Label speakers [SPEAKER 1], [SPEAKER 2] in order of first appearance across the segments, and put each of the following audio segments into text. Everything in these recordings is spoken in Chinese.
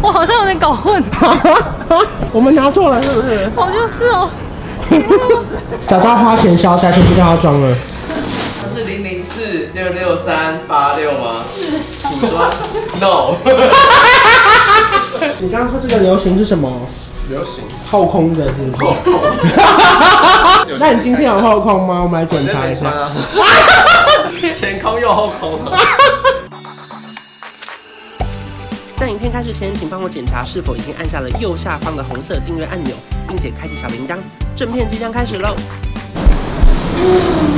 [SPEAKER 1] 我好像有点搞混，
[SPEAKER 2] 我们拿错了是不是？
[SPEAKER 1] 好像是哦。
[SPEAKER 2] 找到花钱消灾，就不叫他装了。
[SPEAKER 3] 它是零零四六六三八六吗？是。组装？No。
[SPEAKER 2] 你刚刚说这个流行是什么？
[SPEAKER 4] 流行。
[SPEAKER 2] 后空的是不是？ 那你今天有后空吗？我们来检查一下。
[SPEAKER 4] 啊？前空又后空了。
[SPEAKER 3] 在影片开始前，请帮我检查是否已经按下了右下方的红色订阅按钮，并且开启小铃铛。正片即将开始喽！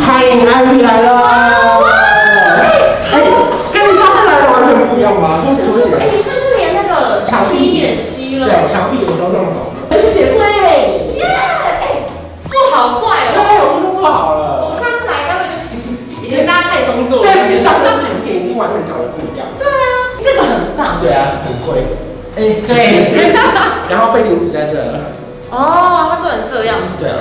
[SPEAKER 2] 欢迎艾米来了。 哎，跟上次来的完全不一样吧？就是
[SPEAKER 5] 哎、你甚至连那个七点七了，
[SPEAKER 2] 对，墙壁我都弄好了，而且写对。
[SPEAKER 5] 耶！哎，做好快
[SPEAKER 2] 对，
[SPEAKER 5] 哦！
[SPEAKER 2] 我们都做好
[SPEAKER 5] 我
[SPEAKER 2] 了。
[SPEAKER 5] 们上次来根本就已经大家太工作了。
[SPEAKER 2] 对比上次影片已经完全长得不一样。
[SPEAKER 5] 对啊，这个很 棒。
[SPEAKER 2] 对啊，很贵。哎、
[SPEAKER 5] 对
[SPEAKER 2] 然后背景纸在这。
[SPEAKER 5] 哦，它做成这样，
[SPEAKER 2] 对啊，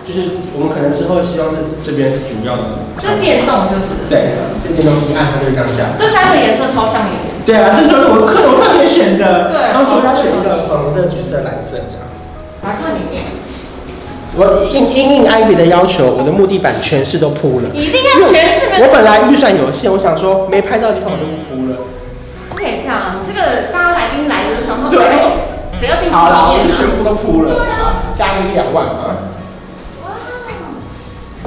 [SPEAKER 2] 就是我们可能之后希望是这边是主要的。
[SPEAKER 5] 就是电动，就是。
[SPEAKER 2] 对，这边东西按它就会这样下。
[SPEAKER 5] 这三个颜色超像你的。
[SPEAKER 2] 对啊，这就是我课我特别选的。
[SPEAKER 5] 对
[SPEAKER 2] 当时我要选一个粉红色、橘色、蓝色这样。
[SPEAKER 5] 来看你念，
[SPEAKER 2] 我应应应艾比的要求，我的木地板全是都铺了。
[SPEAKER 5] 一定要全是
[SPEAKER 2] 我本来预算有限，我想说没拍到的地方我就不铺了。
[SPEAKER 5] 不可以这样，这个大家来宾来的时候，
[SPEAKER 2] 对
[SPEAKER 5] 谁要进
[SPEAKER 2] 好啦，我
[SPEAKER 5] 里面
[SPEAKER 2] 就
[SPEAKER 5] 啊
[SPEAKER 2] 全
[SPEAKER 5] 呢？
[SPEAKER 2] 部都铺了
[SPEAKER 5] 对啊，
[SPEAKER 2] 加个一两万嘛。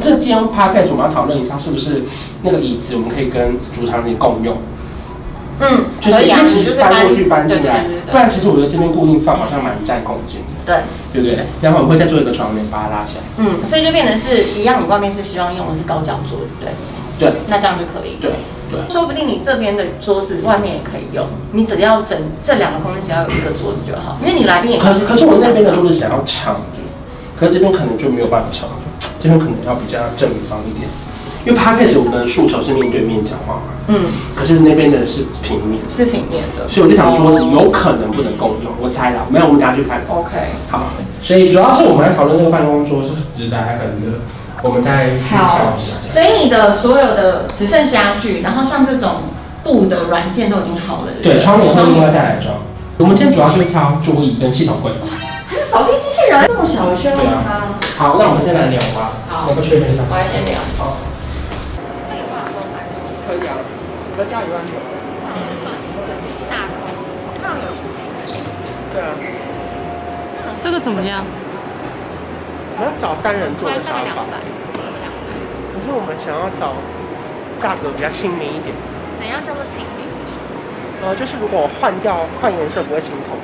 [SPEAKER 2] 这今天 podcast 我们要讨论一下，是不是那个椅子我们可以跟主场景共用？
[SPEAKER 5] 嗯，
[SPEAKER 2] 就
[SPEAKER 5] 可
[SPEAKER 2] 是
[SPEAKER 5] 以
[SPEAKER 2] 因
[SPEAKER 5] 啊，
[SPEAKER 2] 为
[SPEAKER 5] 你
[SPEAKER 2] 其
[SPEAKER 5] 就
[SPEAKER 2] 实
[SPEAKER 5] 是
[SPEAKER 2] 搬过去搬
[SPEAKER 5] 对
[SPEAKER 2] 进来
[SPEAKER 5] 对对，
[SPEAKER 2] 不然其实我觉得这边固定放好像蛮占空间，
[SPEAKER 5] 对。
[SPEAKER 2] 对不对？然后我会再做一个床帘把它拉起来。
[SPEAKER 5] 嗯，所以就变成是一样，你外面是希望用的是高脚桌，对不对？
[SPEAKER 2] 对
[SPEAKER 5] 那这样就可以。
[SPEAKER 2] 对对，
[SPEAKER 5] 说不定你这边的桌子外面也可以用，你只要整这两个空间只要有一个桌子就好，因为你来宾也
[SPEAKER 2] 可是可是我那边的桌子想要长的，可是这边可能就没有办法长，这边可能要比较正方一点。因为 podcast 我们的诉求是面对面讲话嘛，
[SPEAKER 5] 嗯
[SPEAKER 2] 可是那边的是平面，
[SPEAKER 5] 是平面的，
[SPEAKER 2] 所以我就想桌子有可能不能共用，我猜啦，没有，我们等下去看。
[SPEAKER 5] 哦
[SPEAKER 2] 哦
[SPEAKER 5] OK
[SPEAKER 2] 好，所以主要是我们来讨论这个办公桌是值得还是横的，我们再去挑
[SPEAKER 5] 好
[SPEAKER 2] 一下。，
[SPEAKER 5] 所以你的所有的只剩家具，然后像这种布的软件都已经好了，不
[SPEAKER 2] 对，窗帘会另外再来装。我们今天主要是挑桌椅跟系统柜。
[SPEAKER 5] 还有扫地机器人，这么小的需要用
[SPEAKER 2] 啊
[SPEAKER 5] 它？
[SPEAKER 2] 好，那我们先来聊吧。
[SPEAKER 5] 好
[SPEAKER 2] 哪个缺点大
[SPEAKER 5] 我？要先聊。
[SPEAKER 2] 好，
[SPEAKER 3] 可以啊，我加一万九。对啊，
[SPEAKER 1] 这个怎么样？
[SPEAKER 3] 我们要找三人座的沙发，可是我们想要找价格比较亲民一点。
[SPEAKER 6] 怎样叫做亲民？
[SPEAKER 3] 呃，就是如果我换掉换颜色不会心痛，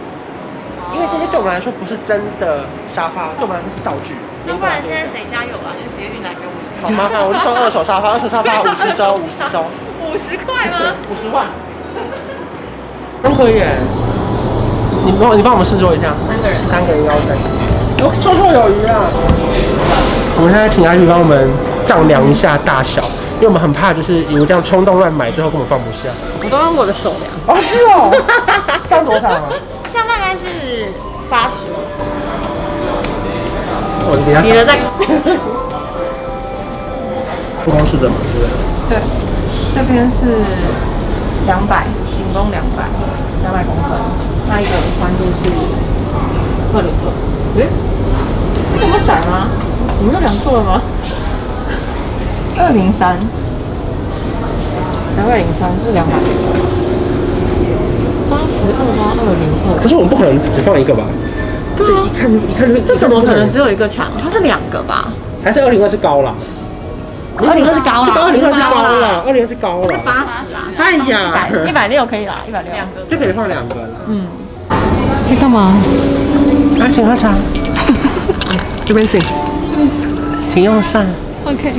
[SPEAKER 3] 因为这些对我们来说不是真的沙发，对我们来说是道具。
[SPEAKER 6] 那不然现在谁家有啊？就直接运来给我们。
[SPEAKER 3] 好麻烦，我就收二手沙发，二手沙发五十收，五十收，
[SPEAKER 6] 五十块
[SPEAKER 5] 啊
[SPEAKER 6] 吗？
[SPEAKER 3] 五十万。三个人，你帮我，你帮我们试坐一下。
[SPEAKER 5] 三个人
[SPEAKER 3] 三个人腰身，哦，绰绰有余啊。我们现在请阿宇帮我们丈量一下大小，因为我们很怕就是有这样冲动乱买，最后根本放不下。
[SPEAKER 5] 我都用我的手量，
[SPEAKER 3] 哦，是哦， 这样多少啊？
[SPEAKER 5] 这样大概是八十。
[SPEAKER 3] 我给他
[SPEAKER 5] 你的在
[SPEAKER 3] 不公式的嘛，对不对？
[SPEAKER 5] 对，这边是两百，紧绷两百，两百公分，那一个宽度是二零二。诶，这么窄吗？你们又量错了吗？二零三，两百零三是两百零二，八十二吗？二零二。
[SPEAKER 3] 可是我们不可能只放一个吧？
[SPEAKER 5] 对啊，
[SPEAKER 3] 看一看就
[SPEAKER 5] 这怎么可能只有一个墙？它是两个吧？
[SPEAKER 3] 还是二零二是高了，
[SPEAKER 5] 二零二是高啊，
[SPEAKER 3] 这个二零二是高了，
[SPEAKER 5] 啦，
[SPEAKER 3] 二零二是高了，
[SPEAKER 5] 八十啊，
[SPEAKER 3] 哎
[SPEAKER 5] 一
[SPEAKER 3] 呀，
[SPEAKER 5] 百一百六可以啦，一百六。
[SPEAKER 3] 这个也放两个了。
[SPEAKER 5] 嗯，
[SPEAKER 3] 哎
[SPEAKER 1] 在干嘛？
[SPEAKER 3] 来，请喝茶，这边请，请用膳。
[SPEAKER 1] OK，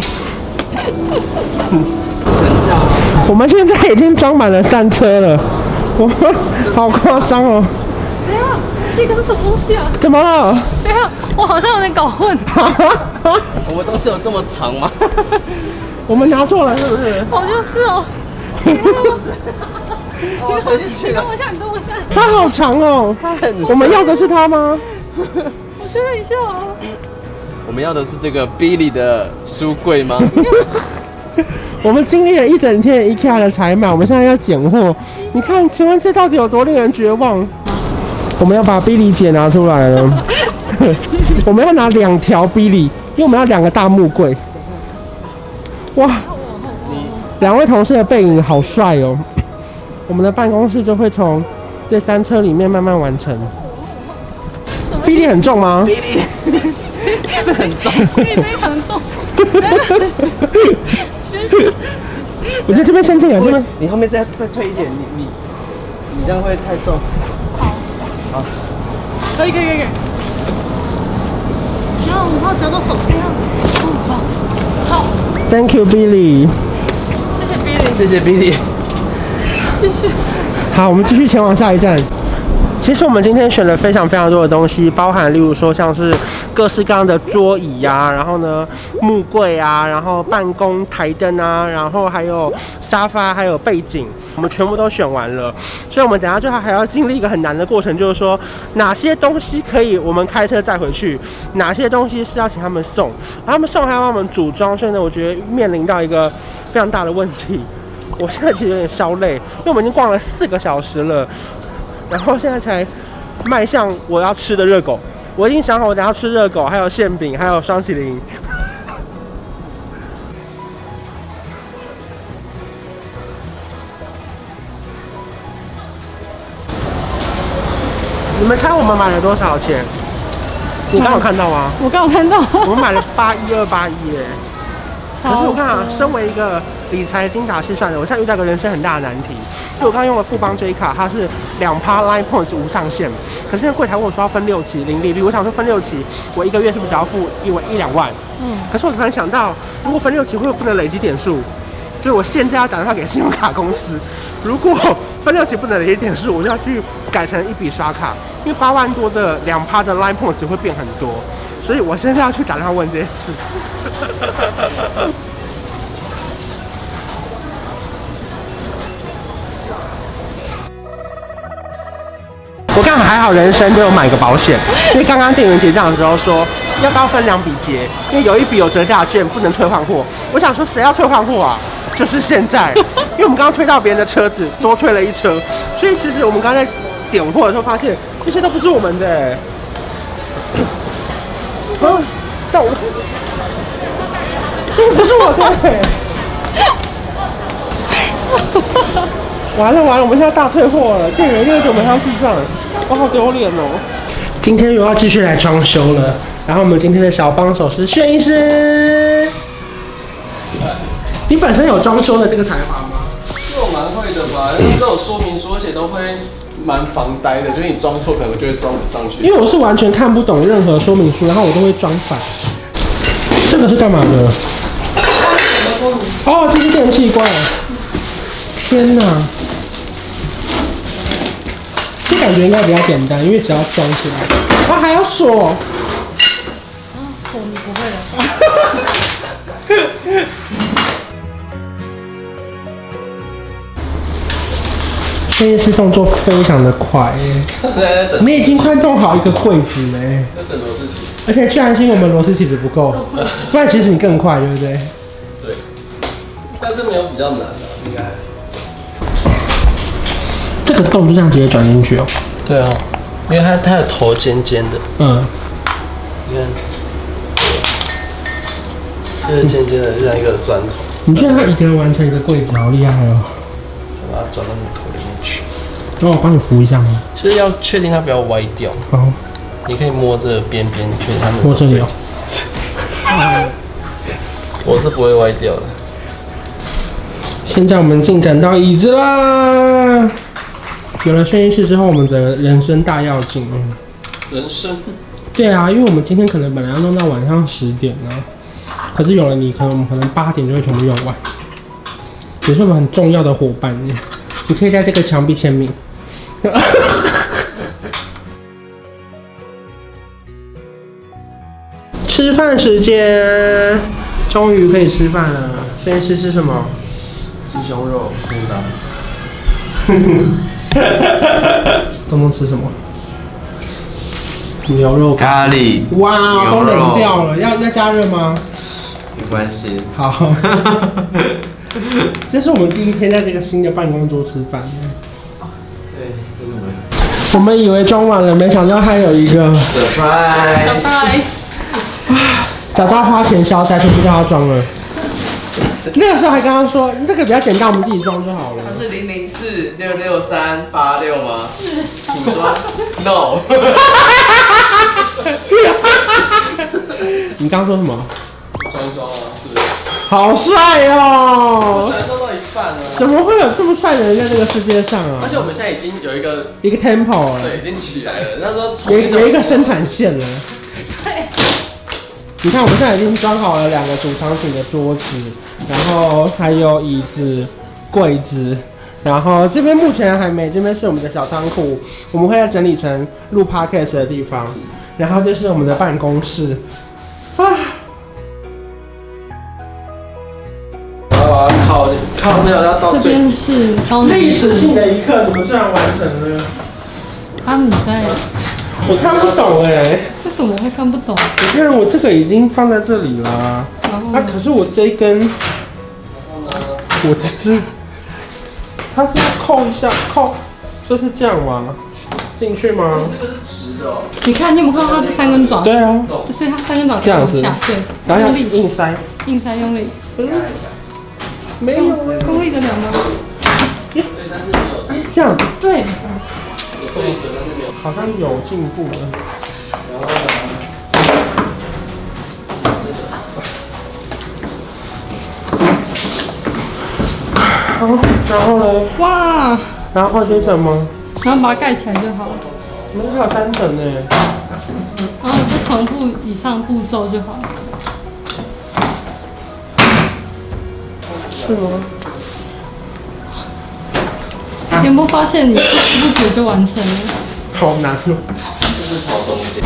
[SPEAKER 3] 我们现在已经装满了三车了，我们 好夸张哦！
[SPEAKER 1] 等一下，这个是什么东西啊？
[SPEAKER 3] 怎么了？
[SPEAKER 1] 等一下，我好像有点搞混，
[SPEAKER 3] 我们东西有这么长 吗？ 我们拿错了是不是？
[SPEAKER 1] 好像是 哦。
[SPEAKER 5] 哦
[SPEAKER 3] 我走进去
[SPEAKER 1] 你等我一下，你等我一下，
[SPEAKER 3] 它好长哦，我们要的是它吗？
[SPEAKER 1] 我确认一下哦。
[SPEAKER 4] 我们要的是这个 Billy 的书柜吗？
[SPEAKER 3] 我们经历了一整天 IKEA 的采买，我们现在要拣货。你看，请问这到底有多令人绝望？
[SPEAKER 2] 我们要把比利姐拿出来 了，我们要拿两条比利，因为我们要两个大木柜。哇，两位同事的背影好帅哦！我们的办公室就会从这三车里面慢慢完成。比利很重吗？
[SPEAKER 7] 非非常 重。真是
[SPEAKER 2] 我觉得这边先进啊来，这边
[SPEAKER 4] 你后面再再退一点，你你你这样会太重。
[SPEAKER 7] 可以可以可以。然后我要折到手这样。哦好，好，
[SPEAKER 2] Thank you, Billy。
[SPEAKER 4] 谢
[SPEAKER 7] 谢谢 Billy。
[SPEAKER 4] 谢 Billy。
[SPEAKER 2] 好，我们继续前往下一站。其实我们今天选了非常非常多的东西，包含例如说像是各式各样的桌椅啊，然后呢木柜啊，然后办公台灯啊，然后还有沙发，还有背景，我们全部都选完了。所以我们等一下就还还要经历一个很难的过程，就是说哪些东西可以我们开车载回去，哪些东西是要请他们送，然后他们送还要帮我们组装，所以呢，我觉得面临到一个非常大的问题。我现在其实有点稍累， 因为我们已经逛了四个小时了，然后现在才迈向我要吃的热狗。我已经想好我等一下吃热狗，还有馅饼，还有双麒麟。你们猜我们买了多少钱？你刚有看到吗？
[SPEAKER 7] 我刚有看到。
[SPEAKER 2] 我们买了八一二八一耶。可是我看啊，身为一个理财精打细算的，我现在遇到一个人生很大的难题。就我刚刚用了富邦 J 卡，它是两趴 Line Points 无上限，可是那柜台问我说要分六期零利率，我想说分六期，我一个月是不是只要付一万一两万？嗯，可是我突然想到，如果分六期会不会不能累积点数？所以我现在要打电话给信用卡公司，如果分六期不能累积点数，我就要去改成一笔刷卡，因为八万多的两趴的 Line Points 会变很多，所以我现在要去打电话问这件事。我刚好还好，人生都有买个保险，因为刚刚店员结账的时候说要不要分两笔结，因为有一笔有折价券不能退换货。我想说谁要退换货啊？就是现在，因为我们刚刚推到别人的车子，多推了一车，所以其实我们刚才点货的时候发现这些都不是我们的、欸。 啊，但我这个不是我的、欸。完了完了，我们现在大退货了，店员又给我们当智障，我好丢脸哦。今天又要继续来装修了，然后我们今天的小帮手是炫医师。你本身有装修的这个才华吗？
[SPEAKER 4] 我蛮会的吧，因为这种说明缩写都会蛮防呆的，就是你装错可能就会装不上
[SPEAKER 2] 因
[SPEAKER 4] 去。
[SPEAKER 2] 为我是完全看不懂任何说明书，然后我都会装反。这个是干嘛的？哦，这是电器罐。天哪！这感觉应该比较简单，因为只要装起来。哦，还有锁。 这件事动作非常的快耶，你已经快弄好一个柜子嘞。
[SPEAKER 4] 在等什么事情？
[SPEAKER 2] 而且居然是因为我们螺丝起子不够，不然其实你更快，对不对？
[SPEAKER 4] 对，但这没有比较难的，应该。
[SPEAKER 2] 这个洞就这样直接转进去哦。
[SPEAKER 4] 对啊，因为它它的头尖尖的，
[SPEAKER 2] 嗯，
[SPEAKER 4] 你看，就是尖尖的，就像一个砖头，
[SPEAKER 2] 你居然他一个人完成一个柜子，好厉害哦！
[SPEAKER 4] 想把它转到你头里面去。
[SPEAKER 2] 那我帮你扶一下吗？
[SPEAKER 4] 就是要确定它不要歪掉，
[SPEAKER 2] 好，
[SPEAKER 4] 你可以摸这个边边，确定它们。
[SPEAKER 2] 我这里哦。。
[SPEAKER 4] 我是不会歪掉的。
[SPEAKER 2] 现在我们进展到椅子啦。有了眩晕室之后，我们的人生大要紧。
[SPEAKER 4] 人生
[SPEAKER 2] 对啊，因为我们今天可能本来要弄到晚上十点呢、啊，可是有了你，可能我们可能八点就会全部用完。也是我们很重要的伙伴耶，你可以在这个墙壁签名。 吃饭时间，终于可以吃饭了。现在吃吃什么？
[SPEAKER 4] 鸡胸肉、猪脑、
[SPEAKER 2] 东东吃什么？牛肉干。
[SPEAKER 4] 咖喱，
[SPEAKER 2] 哇，都
[SPEAKER 4] 牛肉
[SPEAKER 2] 冷掉了，要要加热吗？
[SPEAKER 4] 没关系。
[SPEAKER 2] 好， 这是我们第一天在这个新的办公桌吃饭。
[SPEAKER 4] 对，真的没。
[SPEAKER 2] 我们以为装完了，没想到还有一个
[SPEAKER 3] surprise，
[SPEAKER 2] 找到花钱消灾，就不叫他装了。那个时候还跟他说，那个比较简单，我们自己装就好了
[SPEAKER 3] 它。是零零四六六三八六吗？是，组装，no，
[SPEAKER 2] 你刚刚说什么？
[SPEAKER 4] 装一装啊，是不是？
[SPEAKER 2] 好帅哦、
[SPEAKER 4] 才做到一半啊！
[SPEAKER 2] 怎么会有这么帅的人在这个世界上啊？
[SPEAKER 4] 而且我们现在已经有一个，
[SPEAKER 2] 一个 temple 啊，
[SPEAKER 4] 对，已经起来了。那时候从
[SPEAKER 2] 有有一个生产线了。
[SPEAKER 6] 对，
[SPEAKER 2] 你看，我们现在已经装好了两个主场景的桌子，然后还有椅子、柜子，然后这边目前还没，这边是我们的小仓库，我们会要整理成录 podcast 的地方，然后这是我们的办公室，啊。
[SPEAKER 4] 然后我要靠靠，没想到到
[SPEAKER 7] 这
[SPEAKER 4] 最
[SPEAKER 7] 边是高
[SPEAKER 2] 历史性的一刻，你们居然完成了，
[SPEAKER 7] 阿姆啊在，
[SPEAKER 2] 我看不懂哎、
[SPEAKER 7] 为什么我会看不懂？
[SPEAKER 2] 我觉得我这个已经放在这里啦，
[SPEAKER 7] 然后
[SPEAKER 2] 啊，可是我这一根，我只是，它是要扣一下，扣，就是这样吗？进去吗？
[SPEAKER 7] 你看，你有没有看到它这三根爪？
[SPEAKER 2] 对，啊，
[SPEAKER 7] 所以它三根爪
[SPEAKER 2] 这样子
[SPEAKER 7] 往下，对，
[SPEAKER 2] 然后要
[SPEAKER 7] 用力，
[SPEAKER 2] 硬塞，
[SPEAKER 7] 硬塞用力，
[SPEAKER 2] 没有啊，
[SPEAKER 7] 用力得了吗？
[SPEAKER 2] 哎这样
[SPEAKER 7] 对，
[SPEAKER 2] 好像有进步了。好，然后呢？
[SPEAKER 7] 哇，
[SPEAKER 2] 然后这层吗？
[SPEAKER 7] 然后把它盖起来就好了，
[SPEAKER 2] 我们还有三层呢。
[SPEAKER 7] 然后就重复以上步骤就好了。
[SPEAKER 2] 是
[SPEAKER 7] 哦
[SPEAKER 2] 吗？
[SPEAKER 7] 有没有发现你不知不觉就完成了？
[SPEAKER 2] 好难哦。
[SPEAKER 3] 就是朝中间。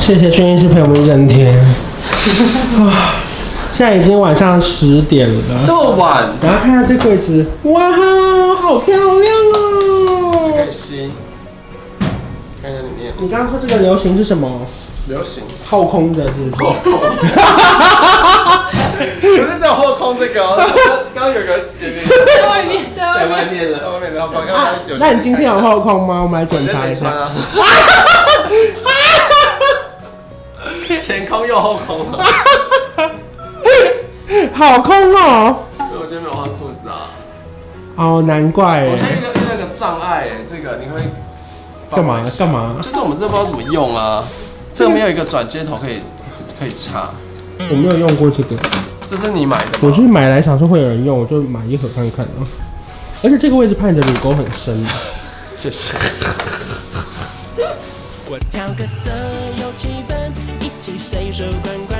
[SPEAKER 2] 谢谢轩医师陪我们一整天。 啊现在已经晚上十点
[SPEAKER 4] 这
[SPEAKER 2] 了，
[SPEAKER 4] 么晚，
[SPEAKER 2] 然后看下这柜子，哇，好漂亮哦！
[SPEAKER 4] 开心。看一下里面，
[SPEAKER 2] 你刚刚说这个流行是什么？
[SPEAKER 4] 流 行。
[SPEAKER 2] 后空的，是不
[SPEAKER 4] 后
[SPEAKER 2] 是？
[SPEAKER 4] 空，不是只有后空这个哦，刚刚有个有个
[SPEAKER 7] 在外面，在
[SPEAKER 3] 在
[SPEAKER 7] 外
[SPEAKER 3] 外
[SPEAKER 7] 面，
[SPEAKER 3] 面
[SPEAKER 4] 在
[SPEAKER 3] 了，
[SPEAKER 4] 外面，然后刚
[SPEAKER 2] 啊
[SPEAKER 4] 刚 有。
[SPEAKER 2] 那你今天有？后空吗？我们来检查
[SPEAKER 4] 没
[SPEAKER 2] 一
[SPEAKER 4] 穿
[SPEAKER 2] 下。
[SPEAKER 4] 啊。前空又后空 了，
[SPEAKER 2] 好空哦！
[SPEAKER 4] 所以我今天没有换裤子啊。
[SPEAKER 2] 哦，难怪
[SPEAKER 4] 我现在
[SPEAKER 2] 哎
[SPEAKER 4] 遇。到遇到一个障碍哎，这个你会
[SPEAKER 2] 干嘛干嘛？
[SPEAKER 4] 就是我们这不知道怎么用啊，这个没有一个转接头可以可以插，
[SPEAKER 2] 我没有用过这个，
[SPEAKER 4] 这是你买的
[SPEAKER 2] 我
[SPEAKER 4] 吗
[SPEAKER 2] 是？买来想说会有人用，我就买一盒看看啊。而且这个位置拍你的乳沟很深。
[SPEAKER 4] 谢谢。
[SPEAKER 8] 我调个色有气氛，一起随手关关